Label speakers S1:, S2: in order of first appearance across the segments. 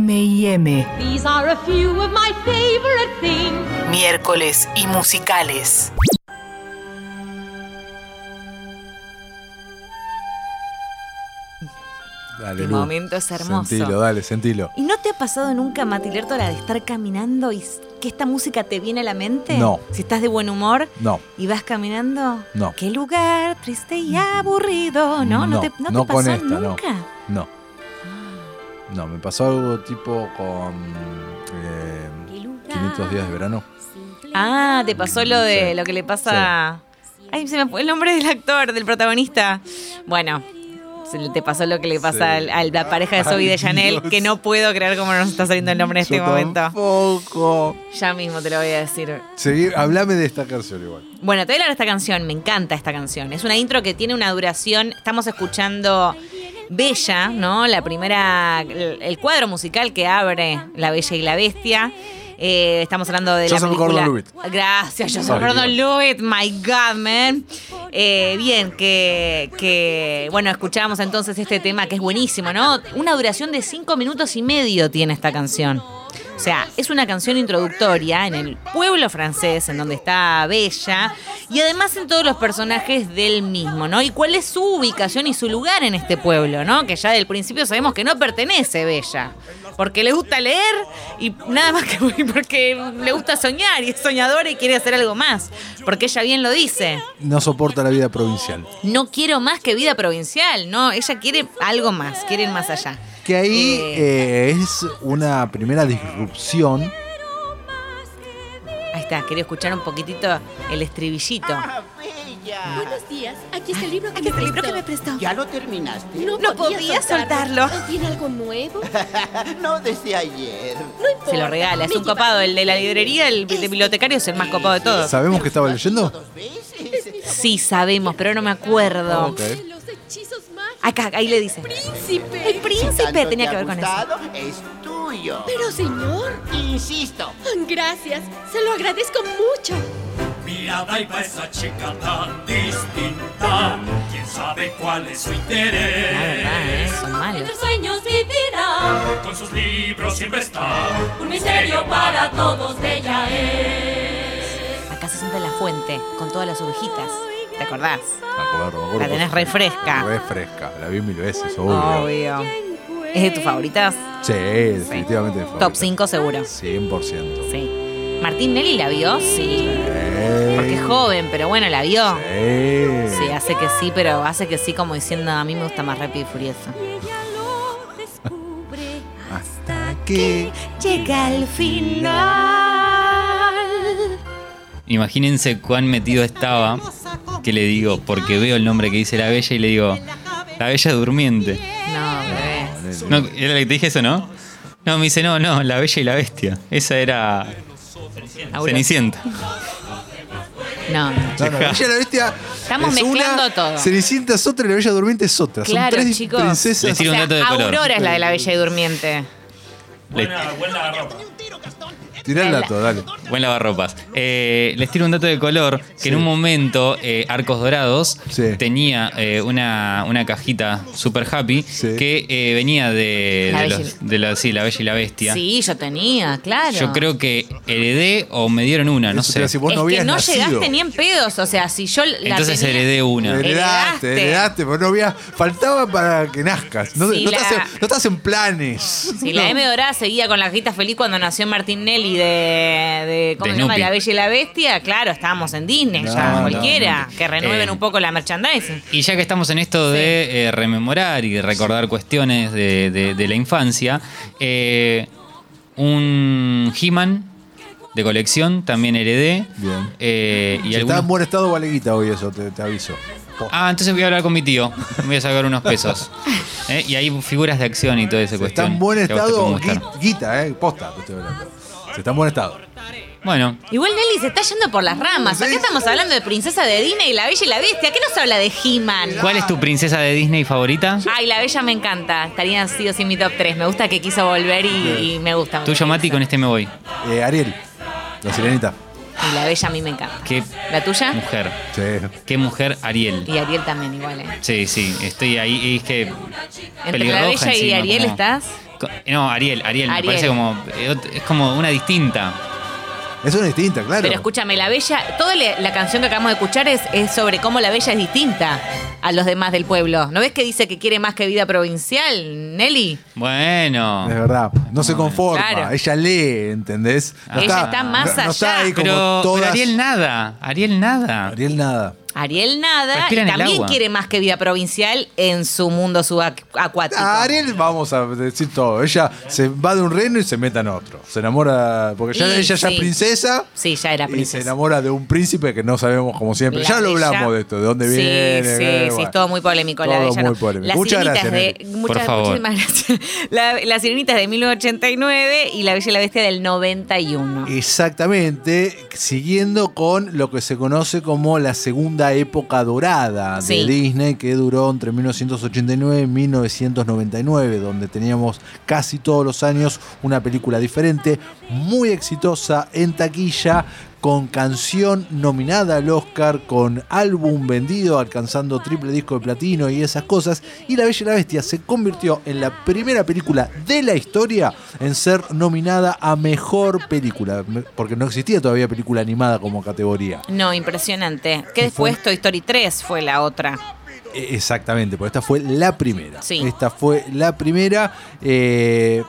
S1: M&M,
S2: These are a few of my favorite things.
S1: miércoles y musicales.
S3: Dale,
S4: Qué
S3: Lu.
S4: momento es hermoso.
S3: Sentilo, dale, sentilo.
S4: ¿Y no te ha pasado nunca, Mati Lertora, de estar caminando y s- que esta música te viene a la mente?
S3: No.
S4: Si estás de buen humor
S3: No,
S4: y vas caminando.
S3: No.
S4: Qué lugar triste y aburrido. No, no,
S3: No,
S4: te, no te
S3: no con
S4: pasó
S3: esta, no.
S4: nunca.
S3: no.
S4: Ah.
S3: No, me pasó algo tipo con eh, 500 días de verano.
S4: Ah, te pasó lo de
S3: Sí.
S4: lo que le pasa. Ay, se me fue el nombre del actor, del protagonista. Bueno, se le- te pasó lo que le pasa
S3: Sí.
S4: al- a la pareja de Zoe
S3: Ay,
S4: de Chanel,
S3: Dios.
S4: que no puedo creer cómo nos está saliendo el nombre en este
S3: Yo
S4: momento.
S3: Tampoco.
S4: Ya mismo te lo voy a decir.
S3: Seguí, hablame de esta canción igual.
S4: Bueno, te voy a hablar de esta canción, me encanta esta canción. Es una intro que tiene una duración, estamos escuchando Bella, ¿no? La primera, el, el cuadro musical que abre La Bella y la Bestia. Eh, estamos hablando de
S3: Joseph
S4: la película.
S3: Gordon-Levitt.
S4: Gracias, yo soy
S3: Ay, Dios.
S4: Gordon Levitt, my God, man. Eh, bien, que, que, bueno, escuchamos entonces este tema que es buenísimo, ¿no? Una duración de cinco minutos y medio tiene esta canción. O sea, es una canción introductoria en el pueblo francés, en donde está Bella, y además en todos los personajes del mismo, ¿no? Y cuál es su ubicación y su lugar en este pueblo, ¿no? Que ya del principio sabemos que no pertenece Bella, porque le gusta leer y nada más que porque le gusta soñar y es soñadora y quiere hacer algo más, porque ella bien lo dice
S3: No soporta la vida provincial.
S4: no quiero más que vida provincial, no, ella quiere algo más, quiere ir más allá.
S3: Que ahí eh,
S4: Eh,
S3: es una primera disrupción.
S4: ahí está, quería escuchar un poquitito el estribillito. Ah.
S5: Buenos días, aquí está el libro que,
S4: Ay,
S5: me,
S4: qué libro
S5: prestó.
S4: que me prestó.
S6: ¿Ya lo terminaste?
S5: No,
S4: No podía soltarlo.
S5: ¿Tiene algo nuevo?
S6: No desde ayer.
S5: No importa.
S4: Se lo regala, es un
S5: Mickey
S4: copado.
S5: Mouse.
S4: El de la librería, el de bibliotecario es el más copado de todos.
S3: ¿Sabemos que estaba leyendo?
S6: Dos veces.
S4: Sí, sabemos, pero no me acuerdo.
S3: Ok.
S5: De Los hechizos mágicos.
S4: Acá, ahí le dice.
S5: Príncipe.
S4: El príncipe
S6: Tanto
S4: tenía
S6: te
S4: que
S6: ha
S4: ver con eso.
S6: gustado, Es tuyo.
S5: Pero señor,
S6: Insisto.
S5: gracias. Se lo agradezco mucho.
S7: Mira, Daiva, esa chica tan distinta. ¿Quién sabe cuál es su
S4: La verdad, ¿eh?
S7: interés?
S4: son malos.
S2: sueños vivirá,
S7: Con sus libros siempre está.
S2: un misterio para todos de ella es.
S4: Acá se sienta la fuente con todas las ovejitas. ¿Te acordás?
S3: Me acuerdo, me acuerdo.
S4: La tenés refresca.
S3: Refresca, la vi mil veces, obvio.
S4: Obvio. Ah. ¿Es de tus favoritas?
S3: Sí, definitivamente. mi favorita.
S4: Top 5 seguro.
S3: 100%.
S4: Sí. Martín Nelly la vio, sí. Porque
S3: Porque
S4: es joven, pero bueno, la vio.
S3: Sí.
S4: Sí, hace que sí, pero hace que sí como diciendo a mí me gusta más rápido y furioso.
S3: Hasta que
S4: Llega al final.
S8: Imagínense cuán metido estaba que le digo, porque veo el nombre que dice la bella y le digo, la bella durmiente.
S4: No, bebé.
S8: No, era la que te dije eso, ¿no? No, me dice, no, no, la bella y la bestia. Esa era
S4: Laura.
S8: Cenicienta.
S4: No, no.
S3: No, no, la Bella y la Bestia.
S4: Estamos
S3: es una,
S4: mezclando todo.
S3: Cenicienta es otra y la Bella Durmiente es otra.
S4: Claro,
S3: Son tres
S4: chicos.
S3: princesas.
S8: Les tiro un dato de color.
S4: Aurora es la de la Bella y Durmiente.
S8: Le-
S7: Buena, buena ropa.
S3: Tirá el dato, dale.
S8: Buen lavarropas. Eh, les tiro un dato de color, que en un momento eh, Arcos Dorados
S3: Sí.
S8: tenía eh, una, una cajita super happy
S3: Sí.
S8: que eh, venía de,
S4: La
S8: de
S4: Bella y-
S8: los- de la- sí, la Bella y la Bestia.
S4: Sí, yo tenía, claro.
S8: Yo creo que heredé o me dieron una, no
S3: Eso te iba
S8: sé.
S3: a decir, vos
S4: es
S3: no
S4: que
S3: habías
S4: no
S3: nacido.
S4: llegaste ni en pedos. O sea, si yo la
S8: Entonces
S4: tenía-
S8: heredé una.
S4: Eh,
S3: Heredaste,
S4: Heredaste.
S3: heredaste, pero no había. Faltaba para que nazcas. No,
S4: Sí,
S3: no
S4: la-
S3: estás, en, no estás en planes.
S4: Si la M Dorada seguía con la cajita feliz cuando nació Martinelli de, de ¿cómo
S8: De
S4: se llama?
S8: Snoopy.
S4: La Bella y la Bestia, claro, estábamos en Disney ya,
S3: no,
S4: cualquiera, que renueven
S8: Eh,
S4: un poco la merchandising.
S8: Y ya que estamos en esto de eh, rememorar y recordar cuestiones de, de- de la infancia, eh, un He-Man de colección también heredé.
S3: Bien.
S8: Eh, y
S3: Si
S8: algunos-
S3: Estaba en buen estado, vale guita hoy, eso te, te aviso. Po.
S8: Ah, entonces voy a hablar con mi tío. Me voy a sacar unos pesos. Eh, Y hay figuras de acción y todo ese
S3: Si está
S8: cuestión.
S3: en buen
S8: que a vos te
S3: estado,
S8: pueden gustar.
S3: gui- guita, eh. Posta, te estoy hablando. Si está en buen estado.
S8: Bueno,
S4: Igual Nelly se está yendo por las ramas. Acá
S3: Sí.
S4: estamos hablando de Princesa de Disney y la Bella y la Bestia. ¿Qué nos habla de He-Man?
S8: ¿cuál es tu princesa de Disney favorita?
S4: Ay, la Bella me encanta. Estaría sido sin mi top 3. Me gusta que quiso volver y, y me gusta.
S8: Tuyo, Mati, con este me voy.
S3: Eh, Ariel, la sirenita.
S4: Y la Bella a mí me encanta.
S8: Qué
S4: ¿La tuya?
S8: mujer.
S3: Sí.
S8: Qué mujer Ariel.
S4: Y Ariel también igual. eh.
S8: Sí, sí, estoy ahí. y Es que
S4: Entre la
S8: pelirroja
S4: Bella y
S8: encima,
S4: Ariel
S8: como-
S4: estás.
S8: Co- No, Ariel, Ariel, me
S4: Ariel.
S8: parece como. eh, ot- Es como una distinta.
S3: Es una distinta, claro.
S4: Pero escúchame, la bella, toda la, la canción que acabamos de escuchar es, es sobre cómo la bella es distinta a los demás del pueblo. ¿No ves que dice que quiere más que vida provincial, Nelly?
S8: Bueno.
S3: Es verdad, pues. no se conforma,
S4: Claro.
S3: ella lee, ¿entendés? No
S4: Ella está más
S3: no- no está
S4: allá.
S3: ahí como
S8: Pero,
S3: todas-
S8: pero Ariel nada. Ariel nada.
S3: Ariel nada.
S4: Ariel nada
S8: Respira
S4: y
S8: en el
S4: también
S8: agua.
S4: quiere más que vida provincial en su mundo subacuático.
S3: A Ah, Ariel vamos a decir todo. Ella se va de un reino y se mete en otro. Se enamora, porque ya,
S4: Y,
S3: ella ya
S4: sí.
S3: es princesa.
S4: Sí, ya era
S3: Y se
S4: princesa.
S3: enamora de un príncipe que no sabemos como siempre.
S4: La
S3: ya lo
S4: Bella.
S3: hablamos de esto, de dónde
S4: Sí,
S3: viene.
S4: Sí,
S3: eh,
S4: sí,
S3: bueno.
S4: es todo muy polémico. la
S3: Todo
S4: de ella
S3: muy
S4: no.
S3: polémico.
S4: La
S3: Muchas
S4: Sirenita
S3: gracias,
S4: es de, muchas-
S8: Por favor.
S4: muchísimas gracias. La, la sirenita es de 1989 y la bella y la bestia del 91.
S3: Exactamente, siguiendo con lo que se conoce como la segunda época dorada de
S4: Sí.
S3: Disney, que duró entre 1989 y 1999, donde teníamos casi todos los años una película diferente, muy exitosa en taquilla, con canción nominada al Oscar, con álbum vendido, alcanzando triple disco de platino y esas cosas. Y La Bella y la Bestia se convirtió en la primera película de la historia en ser nominada a mejor película, me- porque no existía todavía película animada como categoría.
S4: No, impresionante. Que
S3: Y fue-
S4: después Toy Story 3 fue la otra.
S3: E- Exactamente, porque esta fue la primera.
S4: Sí.
S3: Esta fue la primera. eh,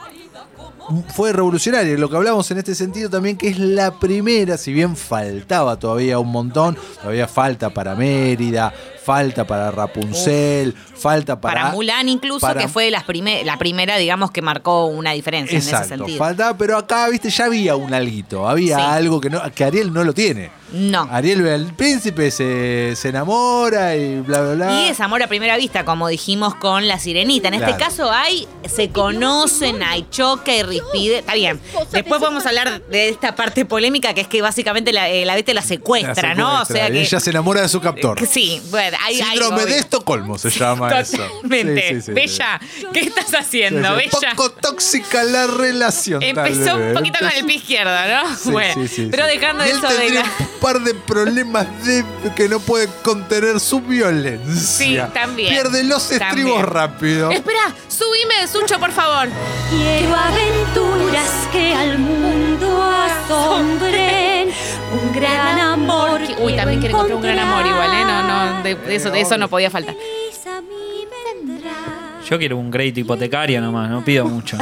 S3: fue revolucionaria, lo que hablamos en este sentido también, que es la primera, si bien faltaba todavía un montón, todavía falta para Mérida, falta para Rapunzel, falta para...
S4: Para, Mulan incluso,
S3: para-
S4: que fue de las prime- la primera, digamos, que marcó una diferencia en ese
S3: Exacto,
S4: sentido.
S3: faltaba, pero acá, viste, ya había un alguito, había
S4: Sí.
S3: algo que, no, que Ariel no lo tiene.
S4: No.
S3: Ariel ve al príncipe, se, se enamora y bla, bla, bla.
S4: Y es amor a primera vista, como dijimos con la sirenita. En este
S3: Claro.
S4: caso hay, se conocen, hay choque, hay rispide. Está bien. Después podemos hablar de esta parte polémica, que es que básicamente la, eh, la bestia la
S3: La
S4: secuestra, ¿no? O
S3: secuestra,
S4: sea
S3: y
S4: que.
S3: ella se enamora de su captor.
S4: que sí, bueno, hay. hay-
S3: Síndrome
S4: obvio.
S3: de Estocolmo se llama eso.
S4: Totalmente.
S3: Sí, sí, sí, sí.
S4: Bella, ¿qué estás
S3: Sí, sí.
S4: haciendo, Bella?
S3: Poco tóxica la relación. tal
S4: Empezó un
S3: vez.
S4: poquito con el pie izquierdo, ¿no?
S3: Sí,
S4: bueno,
S3: sí, sí,
S4: pero
S3: sí.
S4: dejando
S3: Y él
S4: eso de
S3: tendría
S4: la-
S3: un par de problemas de que no puede contener su violencia.
S4: Sí, también.
S3: Pierde los estribos
S4: También.
S3: rápido.
S4: Espera, subime, Sucho, por favor.
S9: Quiero aventuras que al mundo asombren. Un gran amor.
S4: Uy, también quiere encontrar un gran amor igual, ¿eh? No, no, de, de eso, de eso no podía faltar.
S9: Prisa a mí vendrá.
S10: Yo quiero un crédito hipotecario nomás, no pido mucho.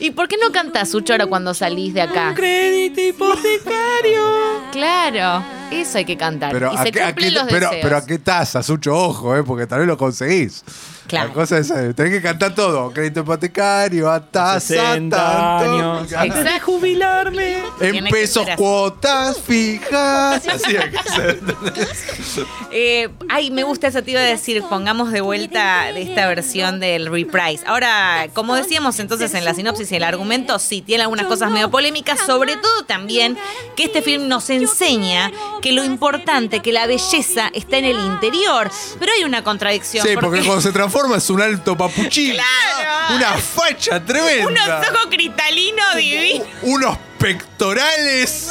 S4: ¿Y por qué no cantás, Sucho, ahora cuando salís de acá?
S10: crédito hipotecario.
S4: Claro, eso hay que cantar.
S3: Pero
S4: y
S3: a,
S4: se
S3: qué, a
S4: cumplen
S3: qué-
S4: los
S3: pero,
S4: deseos.
S3: pero a qué tasa, Sucho, ojo, eh, porque tal vez lo conseguís.
S4: Claro.
S3: La cosa es, eh, tenés que cantar todo. Crédito hipotecario, a tasa,
S10: 60
S3: tanto.
S10: años.
S4: Exacto.
S10: De jubilarme.
S3: En
S4: Tiene que
S3: pesos,
S4: ser así. Uh,
S3: cuotas fijas. Así hay que ser.
S4: Eh, ay, me gusta eso, te iba a decir, pongamos de vuelta de esta versión del reprise. Ahora, como decíamos entonces en la sinopsis y el argumento, sí, tiene algunas cosas medio polémicas, sobre todo también que este film nos enseña que lo importante, que la belleza está en el interior, pero hay una contradicción.
S3: Sí, porque, cuando se transforma es un alto papuchín.
S4: Claro.
S3: Una facha tremenda.
S4: unos ojos cristalinos divinos.
S3: Unos pectorales.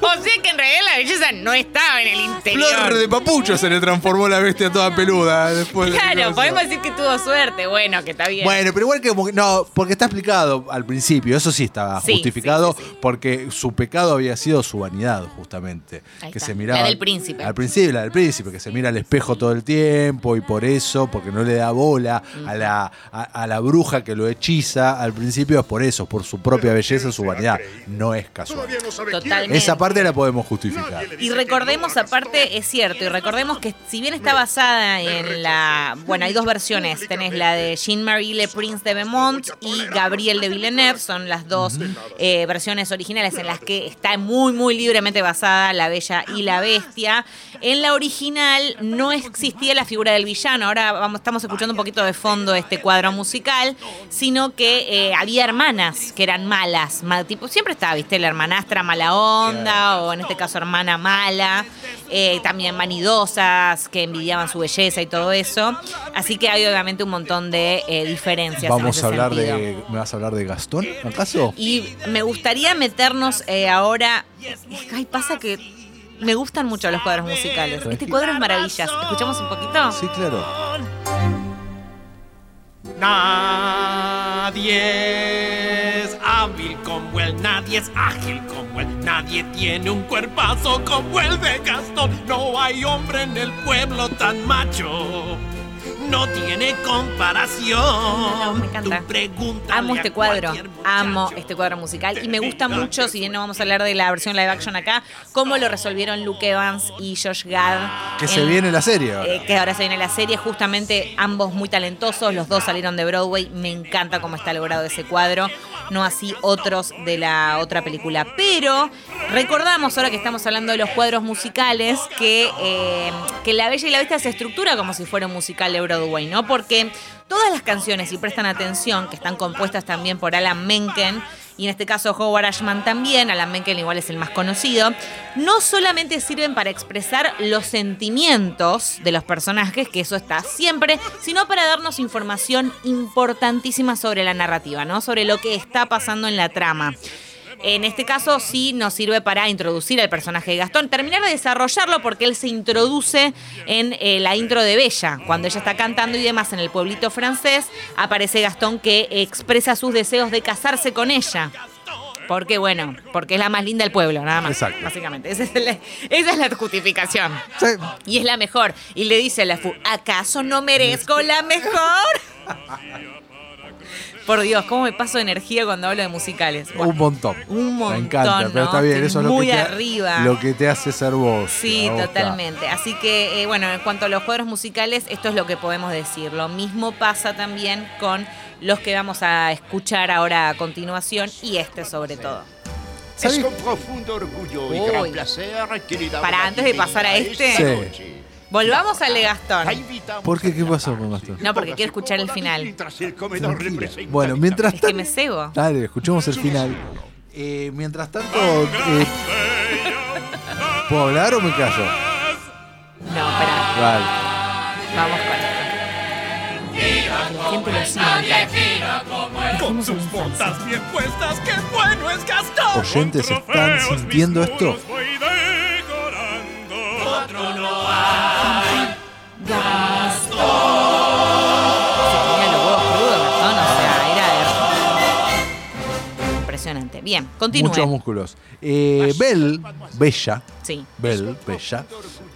S4: O sea que en realidad la belleza no estaba en el interior.
S3: Flor de papucho se le transformó la bestia toda peluda después. de
S4: Claro,
S3: eso.
S4: podemos decir que tuvo suerte, bueno, que está bien.
S3: Bueno, pero igual que como que- no, porque está explicado al principio, eso sí estaba
S4: Sí,
S3: justificado, porque su pecado había sido su vanidad, justamente.
S4: Ahí
S3: que
S4: está,
S3: se miraba.
S4: la del príncipe.
S3: Al principio, la del príncipe, que se mira al espejo todo el tiempo y por eso, porque no le da bola a la, a, a la bruja que lo hechiza, al principio es por eso, por su propia belleza, su vanidad. No es casual.
S4: Totalmente.
S3: Esa parte la podemos justificar.
S4: Y recordemos, aparte, es cierto, y recordemos que si bien está basada en la. Bueno, hay dos versiones. Tenés la de Jean-Marie Le Prince de Beaumont y Gabriel de Villeneuve. Son las dos eh, versiones originales en las que está muy, muy libremente basada La Bella y la Bestia. En la original no existía la figura del villano. Ahora vamos, estamos escuchando un poquito de fondo este cuadro musical, sino que eh, había hermanas que eran malas. mal- tipo, siempre estaba, viste, la hermanastra mala onda, o en este caso hermana mala. eh, también vanidosas, que envidiaban su belleza y todo eso. Así que hay obviamente un montón de eh, diferencias. en
S3: Vamos
S4: ese
S3: a hablar
S4: sentido.
S3: de. ¿Me vas a hablar de Gastón? ¿Acaso?
S4: Y me gustaría meternos eh, ahora. Ay, pasa que me gustan mucho los cuadros musicales. Este cuadro es maravillas. ¿Escuchamos un poquito?
S3: Sí, claro.
S11: Nadie es hábil como él, nadie es ágil como él, nadie tiene un cuerpazo como el de Gastón. No hay hombre en el pueblo tan macho. No tiene comparación.
S4: Me encanta. Amo este cuadro. Amo este cuadro musical. Y me gusta mucho, si bien no vamos a hablar de la versión live action acá, cómo lo resolvieron Luke Evans y Josh Gad.
S3: Que se
S4: en-
S3: viene la serie ahora.
S4: eh, que ahora se viene la serie. Justamente ambos muy talentosos, los dos salieron de Broadway. Me encanta cómo está logrado ese cuadro. No así otros de la otra película. Pero recordamos, ahora que estamos hablando de los cuadros musicales, que, eh, que La Bella y la Bestia se estructura como si fuera un musical de Broadway, ¿no? Porque todas las canciones, si prestan atención, que están compuestas también por Alan Menken, y en este caso Howard Ashman también, Alan Menken igual es el más conocido, no solamente sirven para expresar los sentimientos de los personajes, que eso está siempre, sino para darnos información importantísima sobre la narrativa, ¿no? Sobre lo que está pasando en la trama. En este caso sí nos sirve para introducir al personaje de Gastón, terminar de desarrollarlo porque él se introduce en eh, la intro de Bella, cuando ella está cantando y demás en el pueblito francés, aparece Gastón que expresa sus deseos de casarse con ella. Porque bueno, porque es la más linda del pueblo, nada más.
S3: Exacto.
S4: Básicamente, esa es la, esa es la justificación. Y es la mejor. Y le dice a la FU, ¿acaso no merezco la mejor? Por Dios, ¿cómo me paso de energía cuando hablo de musicales?
S3: Un montón.
S4: Un montón,
S3: Me encanta, pero
S4: ¿no?
S3: está bien,
S4: Estoy
S3: eso es lo
S4: muy
S3: que, te,
S4: arriba.
S3: lo que te hace ser vos.
S4: Sí,
S3: a vos,
S4: totalmente. Así que, eh, bueno, en cuanto a los cuadros musicales, esto es lo que podemos decir. Lo mismo pasa también con los que vamos a escuchar ahora a continuación y este sobre todo.
S6: Es con profundo orgullo y
S4: Uy.
S6: gran placer que le damos
S4: Para
S6: la
S4: antes de pasar a
S6: bienvenida
S4: este,
S3: Sí.
S6: esta noche.
S4: Volvamos al de Gastón.
S3: está. ¿Por qué? ¿Qué pasó con Gastón?
S4: No, porque quiero escuchar el final.
S3: Tranquila. Bueno, mientras
S4: Es que me cebo.
S3: Dale, escuchemos el final. Eh, mientras tanto, eh, ¿puedo hablar o me callo?
S4: No, espera,
S3: Vale.
S4: vamos con esto. Siempre lo sigo.
S11: Con sus botas bien puestas, qué bueno es Gastón.
S3: ¿Oyentes están sintiendo esto?
S11: Otro no hay.
S4: Tenía los huevos crudos, Gastón, o sea, era de- impresionante. Bien,
S3: Muchos
S4: continúe.
S3: músculos. Eh, Belle, Bella,
S4: Sí.
S3: Belle, Bella,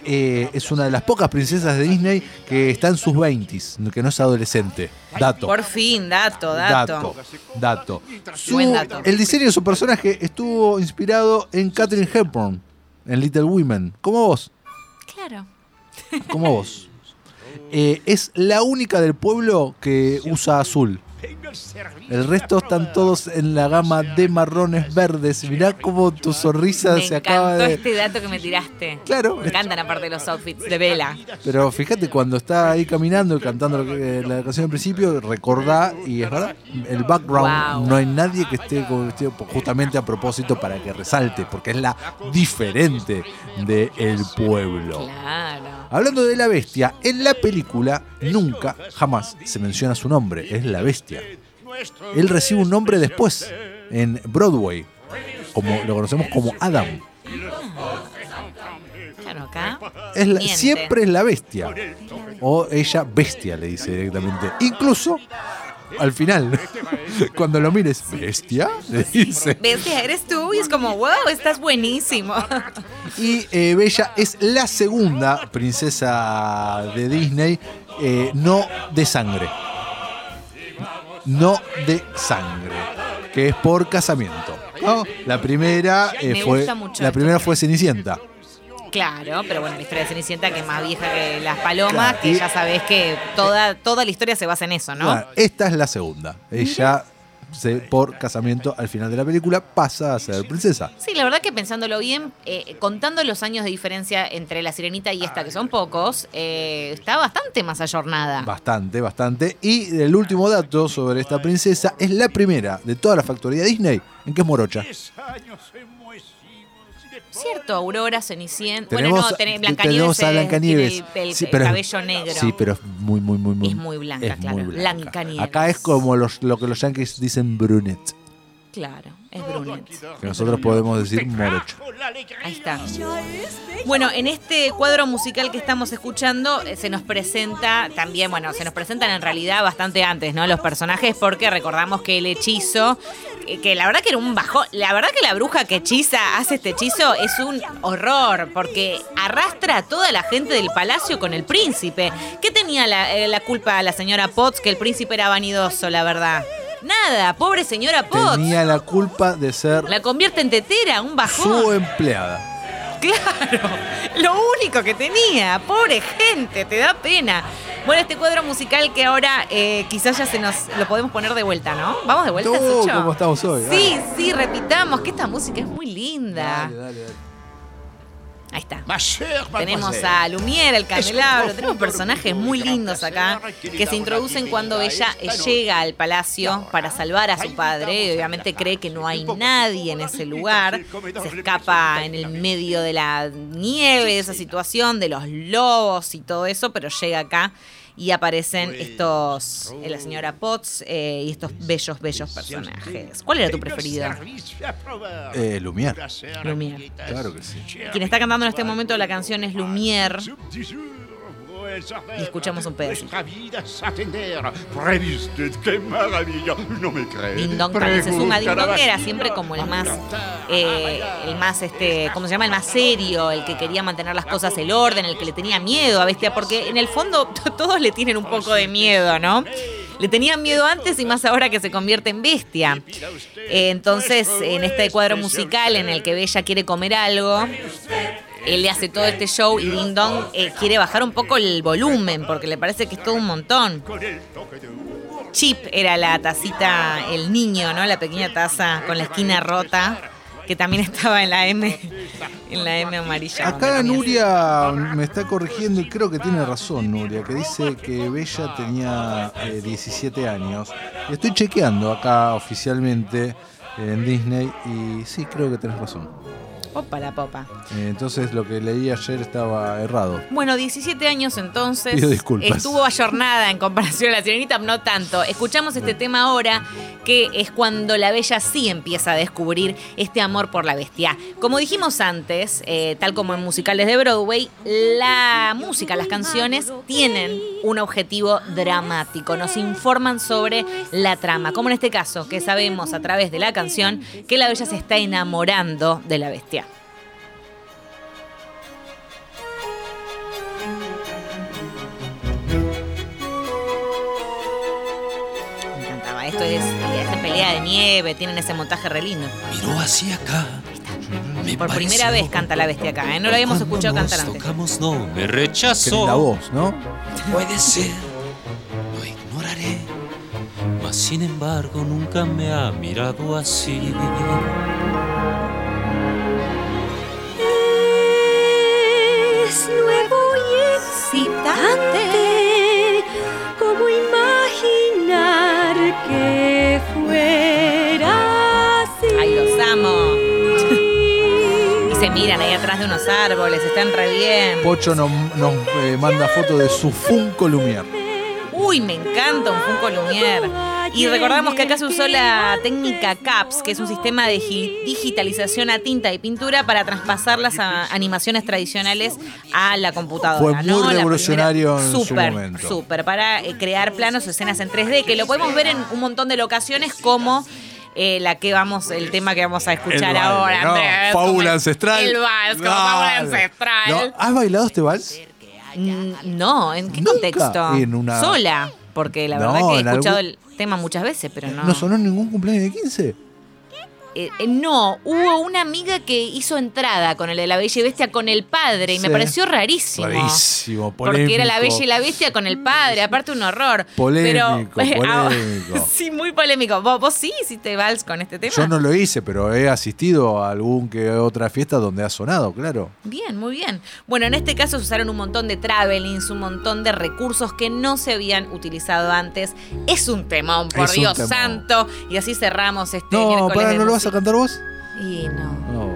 S3: eh, es una de las pocas princesas de Disney que está en sus 20s, que no es adolescente. Dato.
S4: Por fin, dato, dato.
S3: Dato. Dato. Su-
S4: Buen dato.
S3: El diseño de su personaje estuvo inspirado en Katherine Hepburn, en Little Women. Como vos.
S4: Claro.
S3: Como vos. Eh, es la única del pueblo que usa azul. El resto están todos en la gama de marrones verdes. Mirá cómo tu sonrisa
S4: Me
S3: se
S4: encantó
S3: acaba de.
S4: este dato que me tiraste.
S3: Claro.
S4: Me encantan aparte los outfits de Vela.
S3: Pero fíjate, cuando está ahí caminando y cantando lo que- eh, la canción al principio, recordá, y es verdad, el background,
S4: Wow.
S3: no hay nadie que esté con vestido po- justamente a propósito para que resalte, porque es la diferente del pueblo.
S4: Claro.
S3: Hablando de la bestia, en la película nunca, jamás se menciona su nombre, es la bestia. Él recibe un nombre después, en Broadway, como lo conocemos como Adam.
S4: Claro, acá.
S3: Es la-
S4: Miente.
S3: siempre es la bestia. O ella bestia le dice directamente. Incluso al final, cuando lo mires, bestia, le dice.
S4: Ves que eres tú y es como, wow, estás buenísimo.
S3: Y eh, Bella es la segunda princesa de Disney, eh, no de sangre. No de sangre. Que es por casamiento. ¿no? La primera eh,
S4: Ah. Me
S3: fue.
S4: gusta mucho
S3: La
S4: esto.
S3: primera fue Cenicienta.
S4: Claro, pero bueno, la historia de Cenicienta que es más vieja que las palomas,
S3: Claro,
S4: que
S3: y-
S4: ya sabés que toda, toda la historia se basa en eso, ¿no?
S3: Claro, esta es la segunda. Ella, se, por casamiento al final de la película, pasa a ser princesa.
S4: Sí, la verdad que pensándolo bien, eh, contando los años de diferencia entre la sirenita y esta, que son pocos, eh, está bastante más ayornada.
S3: Bastante, bastante. Y el último dato sobre esta princesa es la primera de toda la factoría Disney en que es morocha.
S4: Cierto, Aurora, Cenicienta. bueno,
S3: Tenemos,
S4: no, ten-
S3: te-
S4: Blancanieves.
S3: tenemos a
S4: es-
S3: Blancanieves.
S4: tiene el, el-
S3: Sí,
S4: el
S3: pero-
S4: cabello negro.
S3: Sí, pero es muy, muy, muy, muy.
S4: Es muy blanca, claro. Blancanieves.
S3: Acá es como los- lo que los yankees dicen brunette.
S4: Claro, es Brunet.
S3: Que nosotros podemos decir morocho.
S4: Ahí está. Bueno, en este cuadro musical que estamos escuchando eh, se nos presenta también, bueno, se nos presentan en realidad bastante antes, ¿no? Los personajes porque recordamos que el hechizo, eh, que la verdad que era un bajón, la verdad que la bruja que hechiza hace este hechizo es un horror porque arrastra a toda la gente del palacio con el príncipe. ¿Qué tenía la, eh, la culpa la señora Potts que el príncipe era vanidoso, la verdad? Nada, pobre señora Potts.
S3: Tenía la culpa de ser
S4: La convierte en tetera, un bajón.
S3: su empleada.
S4: Claro, lo único que tenía, pobre gente, te da pena. Bueno, este cuadro musical que ahora eh, quizás ya se nos lo podemos poner de vuelta, ¿no? Vamos de vuelta,
S3: Todo
S4: Sucho?
S3: como estamos hoy.
S4: Sí, sí, repitamos que esta música es muy linda. Ahí está. Tenemos a Lumière, el candelabro, tenemos personajes muy lindos acá que se introducen cuando ella llega al palacio para salvar a su padre. y Obviamente cree que no hay nadie en ese lugar. Se escapa en el medio de la nieve, de esa situación, de los lobos y todo eso, pero llega acá y aparecen estos, eh, la señora Potts eh, y estos bellos, bellos personajes. ¿Cuál era tu preferido?
S3: Eh, Lumière.
S4: Lumière.
S3: Claro que sí.
S4: Quien está cantando en este momento la canción es Lumière. Y escuchamos un pedacito.
S6: qué maravilla. No me crees.
S4: Ding Dong también se suma. Ding Dong era siempre como
S11: Ah,
S4: el más, eh, el más, este, ¿cómo se llama? El más serio, el que quería mantener las cosas, el orden, el que le tenía miedo a Bestia, porque en el fondo to- todos le tienen un poco de miedo, ¿no? Le tenían miedo antes y más ahora que se convierte en bestia. Eh, entonces, en este cuadro musical en el que Bella quiere comer algo, él le hace todo este show y Ding Dong eh, quiere bajar un poco el volumen porque le parece que es todo un montón. Chip era la tacita, el niño, ¿no? La pequeña taza con la esquina rota que también estaba en la M, en la M amarilla.
S3: Acá Nuria me está corrigiendo y creo que tiene razón Nuria, que dice que Bella tenía eh, 17 años. Y estoy chequeando acá oficialmente en Disney y sí, creo que tenés razón.
S4: Opa la popa.
S3: Eh, entonces lo que leí ayer estaba errado.
S4: Bueno, 17 años entonces.
S3: Pido disculpas.
S4: Estuvo ayornada en comparación a la sirenita, no tanto. Escuchamos este tema ahora, que es cuando la bella sí empieza a descubrir este amor por la bestia. Como dijimos antes, eh, tal como en musicales de Broadway, la música, las canciones tienen un objetivo dramático. Nos informan sobre la trama. Como en este caso, que sabemos a través de la canción que la bella se está enamorando de la bestia. Me encantaba. Esto es, esa pelea de nieve, tienen ese montaje re lindo.
S12: Miró hacia acá.
S4: Por primera vez canta la bestia acá, ¿eh? no lo habíamos escuchado cantar antes.
S12: Tocamos, no, me
S3: Qué
S12: rechazó.
S3: linda voz, ¿no?
S12: Puede ser, lo ignoraré. Mas sin embargo, nunca me ha mirado así.
S9: Es nuevo y excitante como imaginar que fuera así.
S4: Ay, los amo. Y se miran ahí atrás de unos árboles, están re bien.
S3: Pocho nos, nos, eh, manda foto de su Funko Lumière.
S4: Uy, me encanta un Funko Lumière. Y recordamos que acá se usó la técnica CAPS, que es un sistema de gi- digitalización a tinta y pintura para traspasar las a- animaciones tradicionales a la computadora.
S3: Fue
S4: ¿no? La
S3: muy
S4: primera-
S3: revolucionario en su
S4: Súper,
S3: momento.
S4: súper, para eh, crear planos o escenas en 3D, que lo podemos ver en un montón de locaciones como eh, la que vamos, el tema que vamos a escuchar
S3: El baile,
S4: ahora,
S3: ¿no?
S4: Andrés.
S3: Fábula ancestral.
S4: El vals, como fábula
S3: Dale.
S4: ancestral.
S3: No, ¿Has bailado este vals?
S4: Mm, No, ¿en qué contexto?
S3: En una-
S4: Sola, porque la
S3: No,
S4: verdad que he
S3: en
S4: escuchado
S3: algún-
S4: el tema muchas veces, pero no.
S3: ¿No sonó en ningún cumpleaños de 15?
S4: Eh, eh, no, hubo una amiga que hizo entrada con el de la Bella y Bestia con el padre y me
S3: Sí.
S4: pareció rarísimo.
S3: Rarísimo, polémico.
S4: Porque era la Bella y la Bestia con el padre, aparte un horror.
S3: Polémico,
S4: Pero- eh, ah,
S3: polémico.
S4: sí, muy polémico. ¿Vos, vos sí hiciste vals con este tema?
S3: Yo no lo hice, pero he asistido a algún que otra fiesta donde ha sonado, claro.
S4: Bien, muy bien. Bueno, en este caso se usaron un montón de travelings, un montón de recursos que no se habían utilizado antes. Es un temón, por
S3: Es un
S4: Dios
S3: temón.
S4: santo. Y así cerramos este
S3: No,
S4: miércoles
S3: pará,
S4: de
S3: ¿no lo vas a
S4: música.
S3: cantar vos?
S4: Y no.
S3: No,